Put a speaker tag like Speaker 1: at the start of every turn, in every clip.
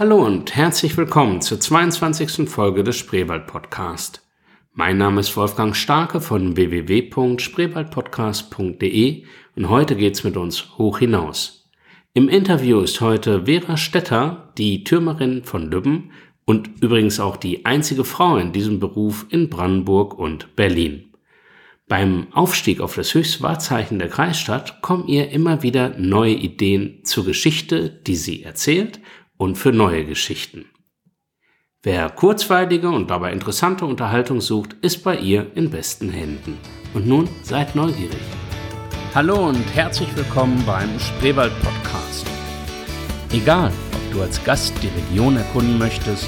Speaker 1: Hallo und herzlich willkommen zur 22. Folge des Spreewald Podcast. Mein Name ist Wolfgang Starke von www.spreewaldpodcast.de und heute geht's mit uns hoch hinaus. Im Interview ist heute Vera Stetter, die Türmerin von Lübben und übrigens auch die einzige Frau in diesem Beruf in Brandenburg und Berlin. Beim Aufstieg auf das höchste Wahrzeichen der Kreisstadt kommen ihr immer wieder neue Ideen zur Geschichte, die sie erzählt und für neue Geschichten. Wer kurzweilige und dabei interessante Unterhaltung sucht, ist bei ihr in besten Händen. Und nun seid neugierig. Hallo und herzlich willkommen beim Spreewald Podcast. Egal, ob du als Gast die Region erkunden möchtest,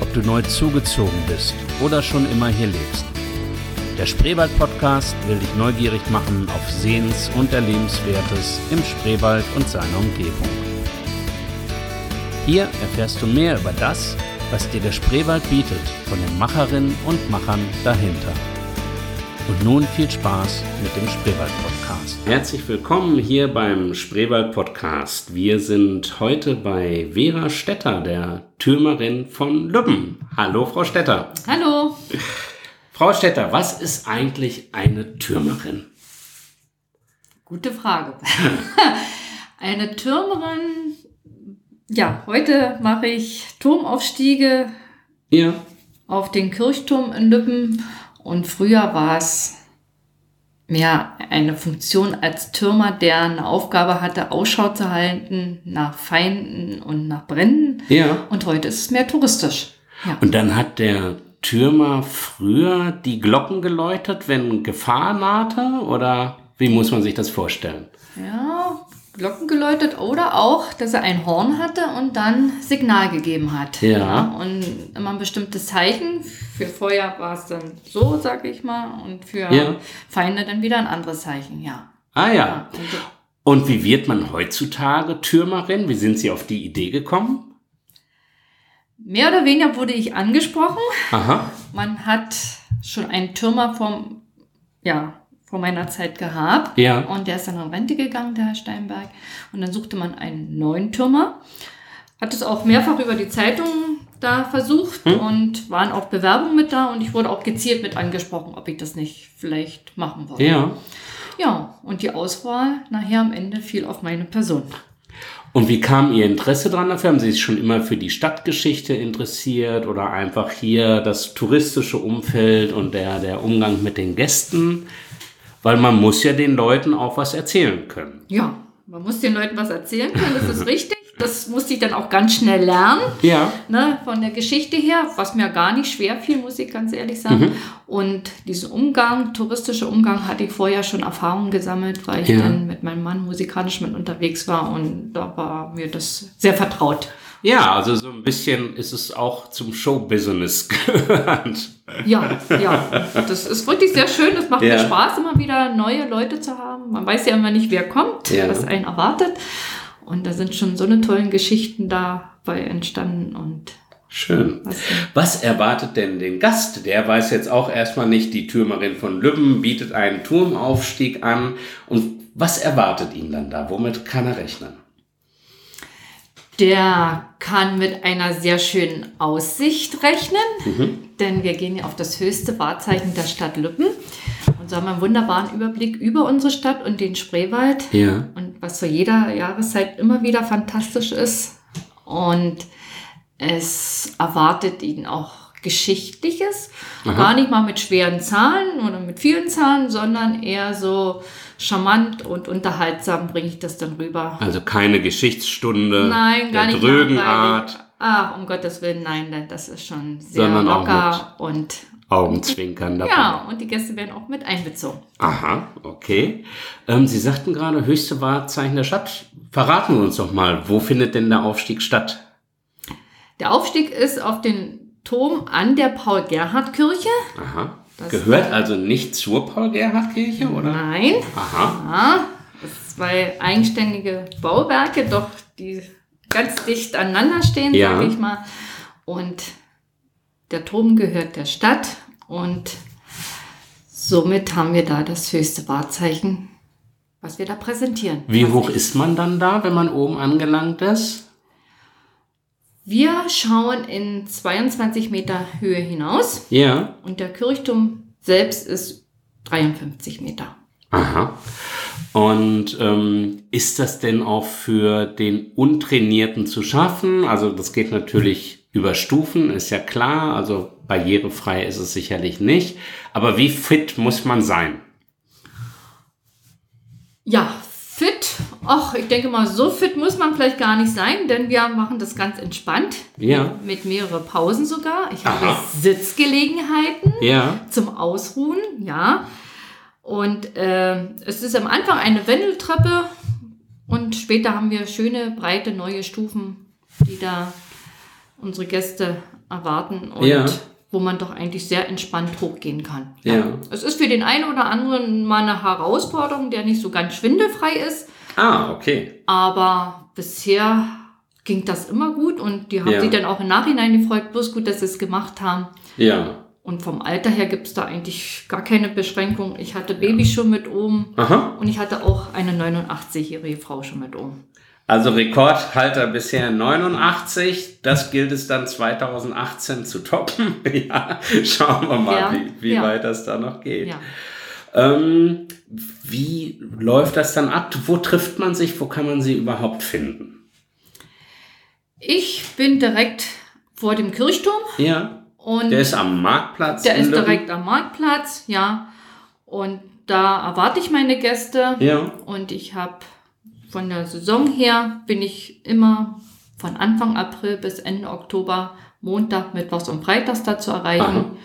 Speaker 1: ob du neu zugezogen bist oder schon immer hier lebst. Der Spreewald Podcast will dich neugierig machen auf Sehens- und Erlebenswertes im Spreewald und seiner Umgebung. Hier erfährst du mehr über das, was dir der Spreewald bietet, von den Macherinnen und Machern dahinter. Und nun viel Spaß mit dem Spreewald-Podcast. Herzlich willkommen hier beim Spreewald-Podcast. Wir sind heute bei Vera Stetter, der Türmerin von Lübben. Hallo, Frau Stetter.
Speaker 2: Hallo.
Speaker 1: Frau Stetter, was ist eigentlich eine Türmerin?
Speaker 2: Gute Frage. Eine Türmerin, ja, heute mache ich Turmaufstiege
Speaker 1: Ja.
Speaker 2: auf den Kirchturm in Lübben und früher war es mehr eine Funktion als Türmer, der eine Aufgabe hatte, Ausschau zu halten nach Feinden und nach Bränden
Speaker 1: Ja.
Speaker 2: und heute ist es mehr touristisch. Ja.
Speaker 1: Und dann hat der Türmer früher die Glocken geläutet, wenn Gefahr nahte? Oder wie muss man sich das vorstellen?
Speaker 2: ja. Glocken geläutet oder auch, dass er ein Horn hatte und dann Signal gegeben hat.
Speaker 1: Ja.
Speaker 2: Und immer ein bestimmtes Zeichen. Für Feuer war es dann so, sag ich mal, und für
Speaker 1: Ja.
Speaker 2: Feinde dann wieder ein anderes Zeichen, ja.
Speaker 1: Ah ja.
Speaker 2: Ja, und so-
Speaker 1: Und wie wird man heutzutage Türmerin? Wie sind Sie auf die Idee gekommen?
Speaker 2: Mehr oder weniger wurde ich angesprochen.
Speaker 1: Aha.
Speaker 2: Man hat schon einen Türmer vom, ja, vor meiner Zeit gehabt.
Speaker 1: Ja.
Speaker 2: Und der ist dann in Rente gegangen, der Herr Steinberg. Und dann suchte man einen neuen Türmer. Hat es auch mehrfach über die Zeitung da versucht
Speaker 1: Hm?
Speaker 2: und waren auch Bewerbungen mit da und ich wurde auch gezielt mit angesprochen, ob ich das nicht vielleicht machen wollte.
Speaker 1: Ja.
Speaker 2: ja, und die Auswahl nachher am Ende fiel auf meine Person.
Speaker 1: Und wie kam Ihr Interesse dran dafür? Haben Sie sich schon immer für die Stadtgeschichte interessiert oder einfach hier das touristische Umfeld und der, der Umgang mit den Gästen? Weil man muss ja den Leuten auch was erzählen können.
Speaker 2: Ja, man muss den Leuten was erzählen können, das ist richtig. Das musste ich dann auch ganz schnell lernen.
Speaker 1: Ja.
Speaker 2: ne, von der Geschichte her, was mir gar nicht schwer fiel, muss ich ganz ehrlich
Speaker 1: Mhm.
Speaker 2: sagen. Und diesen Umgang, touristischer Umgang, hatte ich vorher schon Erfahrungen gesammelt, weil ich
Speaker 1: Ja.
Speaker 2: dann mit meinem Mann musikalisch mit unterwegs war und da war mir das sehr vertraut.
Speaker 1: Ja, also so ein bisschen ist es auch zum Showbusiness gehört.
Speaker 2: Ja, ja, das ist wirklich sehr schön. Es macht
Speaker 1: Ja.
Speaker 2: mir Spaß, immer wieder neue Leute zu haben. Man weiß ja immer nicht, wer kommt,
Speaker 1: Ja.
Speaker 2: was einen erwartet. Und da sind schon so eine tollen Geschichten dabei entstanden und
Speaker 1: Schön.
Speaker 2: was.
Speaker 1: Was erwartet denn den Gast? Der weiß jetzt auch erstmal nicht, die Türmerin von Lübben bietet einen Turmaufstieg an. Und was erwartet ihn dann da? Womit kann er rechnen?
Speaker 2: Der kann mit einer sehr schönen Aussicht rechnen, denn wir gehen ja auf das höchste Wahrzeichen der Stadt Lübben und so haben wir einen wunderbaren Überblick über unsere Stadt und den Spreewald
Speaker 1: Ja.
Speaker 2: und was zu jeder Jahreszeit immer wieder fantastisch ist. Und es erwartet ihn auch Geschichtliches, gar nicht mal mit schweren Zahlen oder mit vielen Zahlen, sondern eher so charmant und unterhaltsam bringe ich das dann rüber.
Speaker 1: Also keine Geschichtsstunde
Speaker 2: Nein, gar
Speaker 1: der
Speaker 2: nicht
Speaker 1: drögen
Speaker 2: langweilig.
Speaker 1: Art,
Speaker 2: Ach, um Gottes Willen, nein, denn das ist schon sehr
Speaker 1: Sondern auch
Speaker 2: locker und
Speaker 1: Augenzwinkern dabei.
Speaker 2: ja, und die Gäste werden auch mit einbezogen.
Speaker 1: Aha, okay. Ähm, Sie sagten gerade, höchste Wahrzeichen der Stadt. Verraten Sie uns doch mal, wo findet denn der Aufstieg statt?
Speaker 2: Der Aufstieg ist auf den Turm an der Paul-Gerhardt-Kirche.
Speaker 1: Aha.
Speaker 2: Das-
Speaker 1: Gehört also nicht zur Paul-Gerhardt-Kirche, oder?
Speaker 2: Nein,
Speaker 1: Aha.
Speaker 2: ja, das ist zwei eigenständige Bauwerke, doch die ganz dicht aneinander stehen,
Speaker 1: Ja.
Speaker 2: sage ich mal. Und der Turm gehört der Stadt und somit haben wir da das höchste Wahrzeichen, was wir da präsentieren.
Speaker 1: Wie
Speaker 2: Was
Speaker 1: hoch
Speaker 2: ich-
Speaker 1: ist man dann da, wenn man oben angelangt ist?
Speaker 2: Wir schauen in 22 Meter Höhe hinaus
Speaker 1: Ja.
Speaker 2: und der Kirchturm selbst ist 53 Meter.
Speaker 1: Aha. Und ähm, ist das denn auch für den Untrainierten zu schaffen? Also das geht natürlich über Stufen, ist ja klar. Also barrierefrei ist es sicherlich nicht. Aber wie fit muss man sein?
Speaker 2: Ja, fit. Och, ich denke mal, so fit muss man vielleicht gar nicht sein, denn wir machen das ganz entspannt.
Speaker 1: Ja.
Speaker 2: Mit mehreren Pausen sogar. Ich habe
Speaker 1: Aha.
Speaker 2: Sitzgelegenheiten
Speaker 1: Ja.
Speaker 2: zum Ausruhen, ja. Und ähm, es ist am Anfang eine Wendeltreppe und später haben wir schöne, breite, neue Stufen, die da unsere Gäste erwarten und
Speaker 1: Ja.
Speaker 2: wo man doch eigentlich sehr entspannt hochgehen kann.
Speaker 1: Ja.
Speaker 2: Es ist für den einen oder anderen mal eine Herausforderung, der nicht so ganz schwindelfrei ist,
Speaker 1: Ah, okay.
Speaker 2: aber bisher ging das immer gut und die haben
Speaker 1: Ja.
Speaker 2: sich dann auch im Nachhinein gefreut, bloß gut, dass sie es gemacht haben.
Speaker 1: Ja.
Speaker 2: Und vom Alter her gibt es da eigentlich gar keine Beschränkung. Ich hatte Babys schon mit oben
Speaker 1: Aha.
Speaker 2: und ich hatte auch eine 89-jährige Frau schon mit oben.
Speaker 1: Also Rekordhalter bisher 89. Das gilt es dann 2018 zu toppen. ja, schauen wir mal,
Speaker 2: Ja,
Speaker 1: wie, wie
Speaker 2: ja.
Speaker 1: weit das da noch geht.
Speaker 2: Ja.
Speaker 1: Ähm, wie läuft das dann ab? Wo trifft man sich? Wo kann man sie überhaupt finden?
Speaker 2: Ich bin direkt vor dem Kirchturm
Speaker 1: Ja,
Speaker 2: und
Speaker 1: der ist am Marktplatz.
Speaker 2: der
Speaker 1: in
Speaker 2: ist
Speaker 1: Lübben.
Speaker 2: direkt am Marktplatz, ja. Und da erwarte ich meine Gäste.
Speaker 1: Ja,
Speaker 2: Und ich habe von der Saison her bin ich immer von Anfang April bis Ende Oktober Montag, Mittwochs und Freitags da zu erreichen.
Speaker 1: Aha.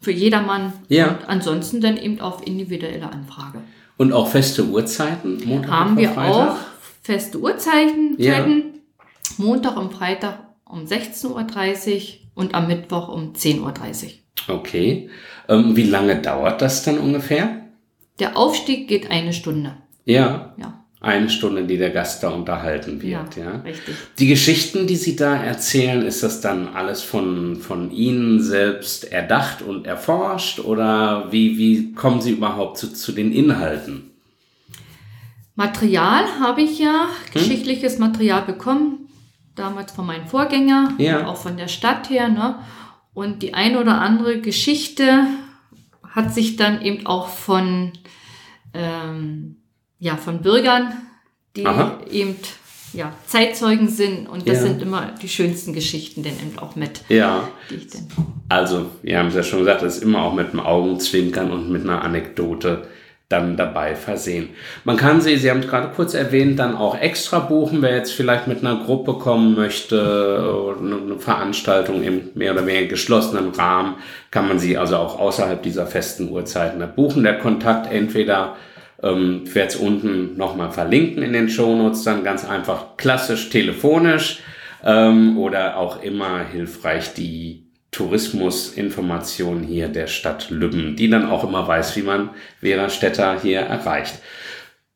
Speaker 2: Für jedermann.
Speaker 1: Ja.
Speaker 2: Und ansonsten dann eben auf individuelle Anfrage.
Speaker 1: und auch feste Uhrzeiten. Montag
Speaker 2: Haben
Speaker 1: Mittwoch,
Speaker 2: wir
Speaker 1: Freitag.
Speaker 2: auch feste Uhrzeiten.
Speaker 1: Ja.
Speaker 2: Zeiten. Montag und Freitag um 16.30 Uhr und am Mittwoch um 10.30 Uhr.
Speaker 1: Okay. Ähm, wie lange dauert das dann ungefähr?
Speaker 2: Der Aufstieg geht eine Stunde.
Speaker 1: Ja,
Speaker 2: Ja,
Speaker 1: eine Stunde, die der Gast da unterhalten wird. Ja.
Speaker 2: richtig.
Speaker 1: Die Geschichten, die Sie da erzählen, ist das dann alles von, von Ihnen selbst erdacht und erforscht oder wie, wie kommen Sie überhaupt zu, zu den Inhalten?
Speaker 2: Material habe ich ja,
Speaker 1: Hm?
Speaker 2: geschichtliches Material bekommen, damals von meinem Vorgänger,
Speaker 1: Ja.
Speaker 2: und auch von der Stadt her. Ne? Und die ein oder andere Geschichte hat sich dann eben auch von, ähm, ja, von Bürgern, die
Speaker 1: Aha.
Speaker 2: eben ja, Zeitzeugen sind. Und das
Speaker 1: Ja.
Speaker 2: sind immer die schönsten Geschichten dann eben auch mit,
Speaker 1: Ja,
Speaker 2: die ich dann
Speaker 1: also wir haben es ja schon gesagt, das ist immer auch mit einem Augenzwinkern und mit einer Anekdote dann dabei versehen. Man kann sie, Sie haben es gerade kurz erwähnt, dann auch extra buchen, wer jetzt vielleicht mit einer Gruppe kommen möchte, oder eine eine Veranstaltung im mehr oder weniger geschlossenen Rahmen, kann man sie also auch außerhalb dieser festen Uhrzeiten buchen. Der Kontakt entweder ähm, ich werde es unten nochmal verlinken in den Shownotes, dann ganz einfach klassisch telefonisch ähm, oder auch immer hilfreich die Tourismusinformation hier der Stadt Lübben, die dann auch immer weiß, wie man Vera Stetter hier erreicht.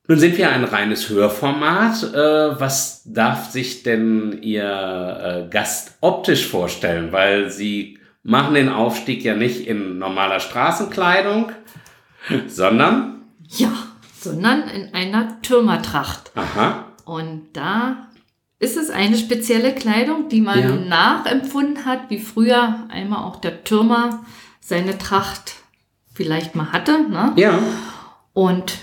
Speaker 1: Nun sind wir ein reines Hörformat. Äh, was darf sich denn Ihr äh, Gast optisch vorstellen? Weil Sie machen den Aufstieg ja nicht in normaler Straßenkleidung, sondern,
Speaker 2: Ja, sondern in einer Türmertracht.
Speaker 1: aha,
Speaker 2: Und da ist es eine spezielle Kleidung, die man
Speaker 1: Ja.
Speaker 2: nachempfunden hat, wie früher einmal auch der Türmer seine Tracht vielleicht mal hatte. Ne?
Speaker 1: ja,
Speaker 2: Und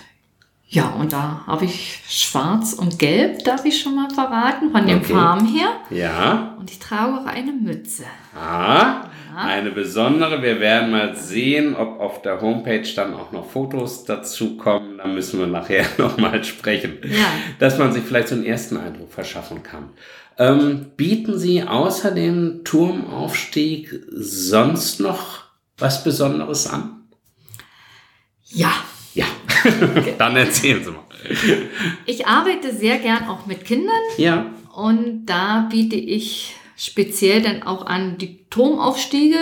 Speaker 2: ja, und da habe ich schwarz und gelb, darf ich schon mal verraten, von den
Speaker 1: Okay.
Speaker 2: Farben her.
Speaker 1: ja,
Speaker 2: Und ich trage auch eine Mütze.
Speaker 1: ah,
Speaker 2: Ja.
Speaker 1: eine besondere. Wir werden mal sehen, ob auf der Homepage dann auch noch Fotos dazu kommen. Da müssen wir nachher nochmal sprechen.
Speaker 2: Ja.
Speaker 1: dass man sich vielleicht so einen ersten Eindruck verschaffen kann. Ähm, bieten Sie außer dem Turmaufstieg sonst noch was Besonderes an?
Speaker 2: ja,
Speaker 1: Ja, dann erzählen Sie mal.
Speaker 2: ich arbeite sehr gern auch mit Kindern.
Speaker 1: Ja,
Speaker 2: Und da biete ich speziell dann auch an die Turmaufstiege,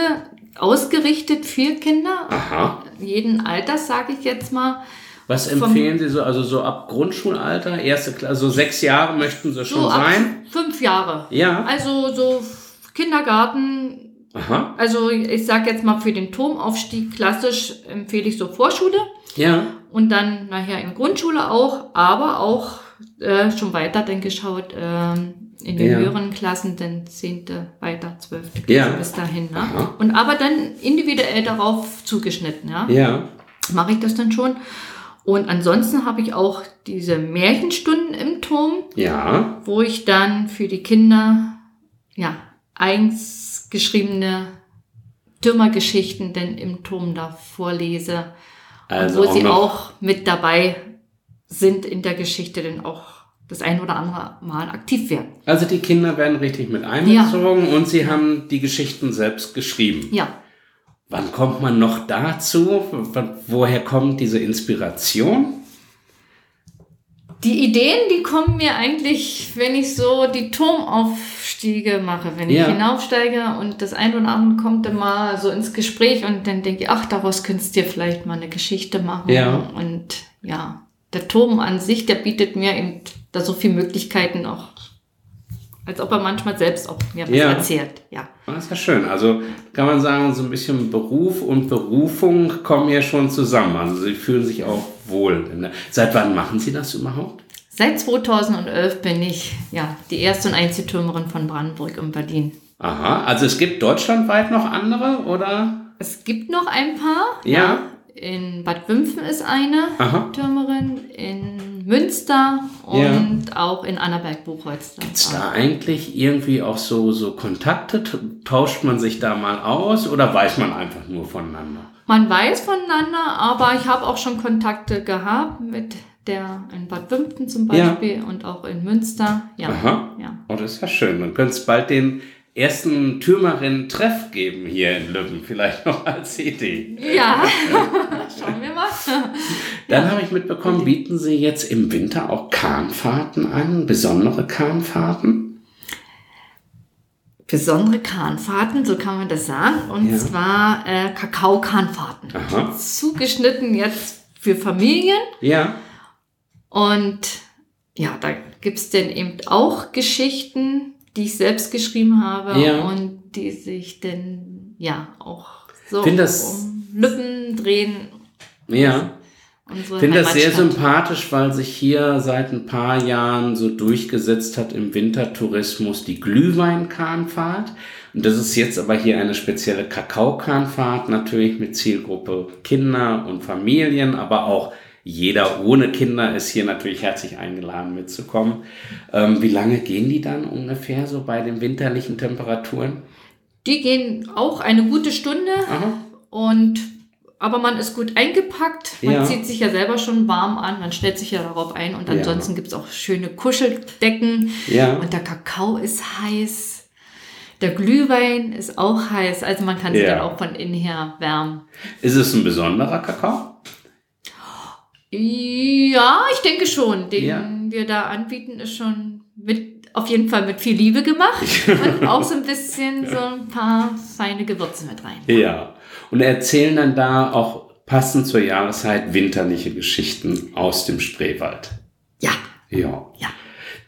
Speaker 2: ausgerichtet für Kinder,
Speaker 1: aha.
Speaker 2: jeden Alters, sage ich jetzt mal.
Speaker 1: Was
Speaker 2: Vom-
Speaker 1: empfehlen Sie so, also so ab Grundschulalter, erste Klasse, so sechs Jahre möchten Sie schon
Speaker 2: So ab
Speaker 1: sein?
Speaker 2: fünf Jahre.
Speaker 1: Ja,
Speaker 2: Also so Kindergarten,
Speaker 1: aha,
Speaker 2: also ich sage jetzt mal für den Turmaufstieg klassisch empfehle ich so Vorschule
Speaker 1: ja,
Speaker 2: und dann nachher in Grundschule auch, aber auch äh, schon weiter dann geschaut ähm, in den
Speaker 1: Ja.
Speaker 2: höheren Klassen, dann zehnte, weiter, zwölfte
Speaker 1: Ja.
Speaker 2: Klasse bis dahin. Ne?
Speaker 1: Aha.
Speaker 2: Und aber dann individuell darauf zugeschnitten, ja.
Speaker 1: Ja.
Speaker 2: Mache ich das dann schon. Und ansonsten habe ich auch diese Märchenstunden im Turm,
Speaker 1: Ja.
Speaker 2: wo ich dann für die Kinder ja eigens geschriebene Türmergeschichten dann im Turm da vorlese,
Speaker 1: Also
Speaker 2: wo sie
Speaker 1: noch-
Speaker 2: auch mit dabei sind in der Geschichte, denn auch das ein oder andere Mal aktiv werden.
Speaker 1: Also die Kinder werden richtig mit einbezogen und sie haben die Geschichten selbst geschrieben.
Speaker 2: Ja,
Speaker 1: Wann kommt man noch dazu? W- Woher kommt diese Inspiration?
Speaker 2: die Ideen, die kommen mir eigentlich, wenn ich so die Turmaufstiege mache, wenn
Speaker 1: Ja.
Speaker 2: ich hinaufsteige und das ein oder andere kommt dann mal so ins Gespräch und dann denke ich, ach, daraus könntest du dir vielleicht mal eine Geschichte machen.
Speaker 1: Ja.
Speaker 2: Und ja, der Turm an sich, der bietet mir eben da so viele Möglichkeiten auch, als ob er manchmal selbst auch mir was
Speaker 1: Ja.
Speaker 2: erzählt. Ja.
Speaker 1: Ah, ist ja schön. Also kann man sagen, so ein bisschen Beruf und Berufung kommen ja schon zusammen. Also sie fühlen sich auch wohl. Seit wann machen sie das überhaupt?
Speaker 2: Seit 2011 bin ich ja die erste und einzige Türmerin von Brandenburg und Berlin.
Speaker 1: Aha, also es gibt deutschlandweit noch andere, oder?
Speaker 2: Es gibt noch ein paar.
Speaker 1: Ja.
Speaker 2: In Bad Wimpfen ist eine
Speaker 1: Aha.
Speaker 2: Türmerin, in Münster und auch in Annaberg-Buchholz.
Speaker 1: Ist da eigentlich irgendwie auch so, so Kontakte? T- Tauscht man sich da mal aus oder weiß man einfach nur voneinander?
Speaker 2: Man weiß voneinander, aber ich habe auch schon Kontakte gehabt mit der in Bad Wimpfen zum
Speaker 1: Ja.
Speaker 2: Beispiel und auch in Münster. Ja.
Speaker 1: Aha.
Speaker 2: ja.
Speaker 1: Oh, das ist ja schön. Dann könnte es bald den ersten Türmerinnen-Treff geben hier in Lübben, vielleicht noch als Idee.
Speaker 2: Ja, schauen wir mal.
Speaker 1: Dann habe ich mitbekommen, bieten Sie jetzt im Winter auch Kahnfahrten an, besondere Kahnfahrten?
Speaker 2: Besondere Kahnfahrten, so kann man das sagen. Und
Speaker 1: Ja.
Speaker 2: zwar äh, Kakao-Kahnfahrten.
Speaker 1: Aha.
Speaker 2: Zugeschnitten jetzt für Familien.
Speaker 1: Ja.
Speaker 2: Und ja, da gibt's denn eben auch Geschichten, die ich selbst geschrieben habe
Speaker 1: Ja.
Speaker 2: und die sich denn ja auch so
Speaker 1: Find das-
Speaker 2: um Lippen drehen.
Speaker 1: Ja.
Speaker 2: Unsere
Speaker 1: Ich finde das sehr
Speaker 2: Heimatstadt.
Speaker 1: sympathisch, weil sich hier seit ein paar Jahren so durchgesetzt hat im Wintertourismus die Glühweinkahnfahrt. Und das ist jetzt aber hier eine spezielle Kakaokahnfahrt, natürlich mit Zielgruppe Kinder und Familien, aber auch jeder ohne Kinder ist hier natürlich herzlich eingeladen mitzukommen. Ähm, wie lange gehen die dann ungefähr so bei den winterlichen Temperaturen?
Speaker 2: Die gehen auch eine gute Stunde
Speaker 1: Aha.
Speaker 2: und aber man ist gut eingepackt, man
Speaker 1: Ja.
Speaker 2: zieht sich ja selber schon warm an, man stellt sich ja darauf ein und
Speaker 1: Ja.
Speaker 2: ansonsten gibt's auch schöne Kuscheldecken.
Speaker 1: Ja.
Speaker 2: Und der Kakao ist heiß. Der Glühwein ist auch heiß. Also man kann sie
Speaker 1: Ja.
Speaker 2: dann auch von innen her wärmen.
Speaker 1: Ist es ein besonderer Kakao?
Speaker 2: Ja, ich denke schon. Den
Speaker 1: Ja.
Speaker 2: wir da anbieten, ist schon mit, auf jeden Fall mit viel Liebe gemacht. und auch so ein bisschen so ein paar feine Gewürze mit rein.
Speaker 1: Ja. Und erzählen dann da auch passend zur Jahreszeit winterliche Geschichten aus dem Spreewald.
Speaker 2: Ja,
Speaker 1: Ja.
Speaker 2: ja.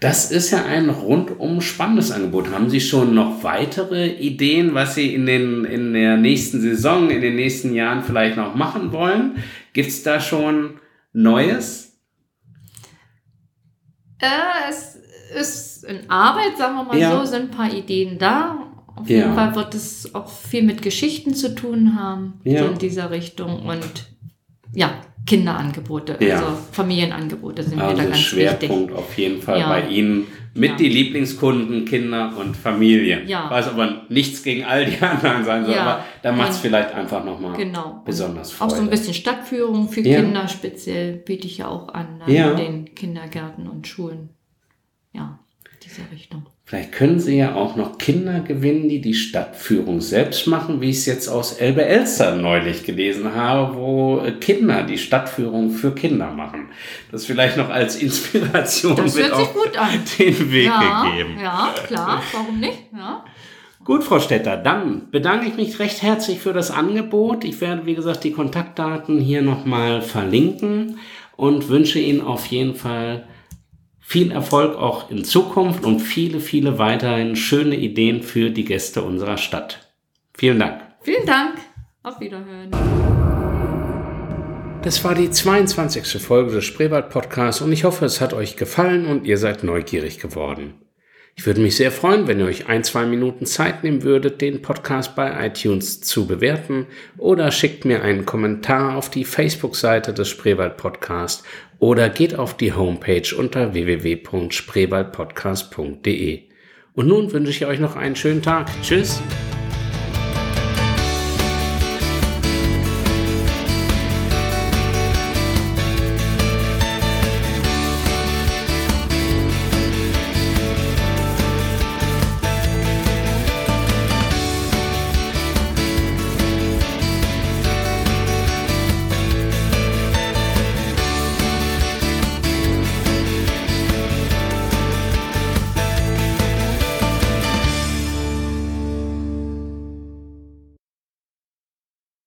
Speaker 1: Das ist ja ein rundum spannendes Angebot. Haben Sie schon noch weitere Ideen, was Sie in, den, in der nächsten Saison, in den nächsten Jahren vielleicht noch machen wollen? Gibt's da schon Neues?
Speaker 2: Äh, es ist in Arbeit, sagen wir mal
Speaker 1: Ja.
Speaker 2: so, sind ein paar Ideen da. Auf
Speaker 1: Ja.
Speaker 2: jeden Fall wird es auch viel mit Geschichten zu tun haben,
Speaker 1: Ja.
Speaker 2: so in dieser Richtung. Und ja, Kinderangebote,
Speaker 1: Ja.
Speaker 2: also Familienangebote sind mir da
Speaker 1: Also
Speaker 2: ganz
Speaker 1: Schwerpunkt
Speaker 2: wichtig.
Speaker 1: auf jeden Fall
Speaker 2: Ja.
Speaker 1: bei Ihnen mit
Speaker 2: Ja.
Speaker 1: die Lieblingskunden, Kinder und Familie.
Speaker 2: Ja.
Speaker 1: Was aber nichts gegen all die anderen sein soll,
Speaker 2: Ja.
Speaker 1: aber da macht's
Speaker 2: Und-
Speaker 1: vielleicht einfach nochmal
Speaker 2: Genau.
Speaker 1: besonders
Speaker 2: Auch
Speaker 1: Freude.
Speaker 2: so ein bisschen Stadtführung für
Speaker 1: Ja.
Speaker 2: Kinder speziell biete ich ja auch an, an
Speaker 1: Ja.
Speaker 2: den Kindergärten und Schulen. Ja, in dieser Richtung.
Speaker 1: Vielleicht können Sie ja auch noch Kinder gewinnen, die die Stadtführung selbst machen, wie ich es jetzt aus Elbe Elster neulich gelesen habe, wo äh, Kinder die Stadtführung für Kinder machen. Das vielleicht noch als Inspiration
Speaker 2: Das
Speaker 1: mit
Speaker 2: hört sich
Speaker 1: auf
Speaker 2: gut an.
Speaker 1: den Weg
Speaker 2: Ja,
Speaker 1: gegeben.
Speaker 2: ja, klar, warum nicht? Ja.
Speaker 1: Gut, Frau Stetter, dann bedanke ich mich recht herzlich für das Angebot. Ich werde, wie gesagt, die Kontaktdaten hier nochmal verlinken und wünsche Ihnen auf jeden Fall viel Erfolg auch in Zukunft und viele, viele weiterhin schöne Ideen für die Gäste unserer Stadt. Vielen Dank.
Speaker 2: Vielen Dank. Auf Wiederhören.
Speaker 1: Das war die 22. Folge des Spreewald Podcasts und ich hoffe, es hat euch gefallen und ihr seid neugierig geworden. Ich würde mich sehr freuen, wenn ihr euch ein, zwei Minuten Zeit nehmen würdet, den Podcast bei iTunes zu bewerten oder schickt mir einen Kommentar auf die Facebook-Seite des Spreewald Podcast oder geht auf die Homepage unter www.spreewaldpodcast.de. Und nun wünsche ich euch noch einen schönen Tag. Tschüss!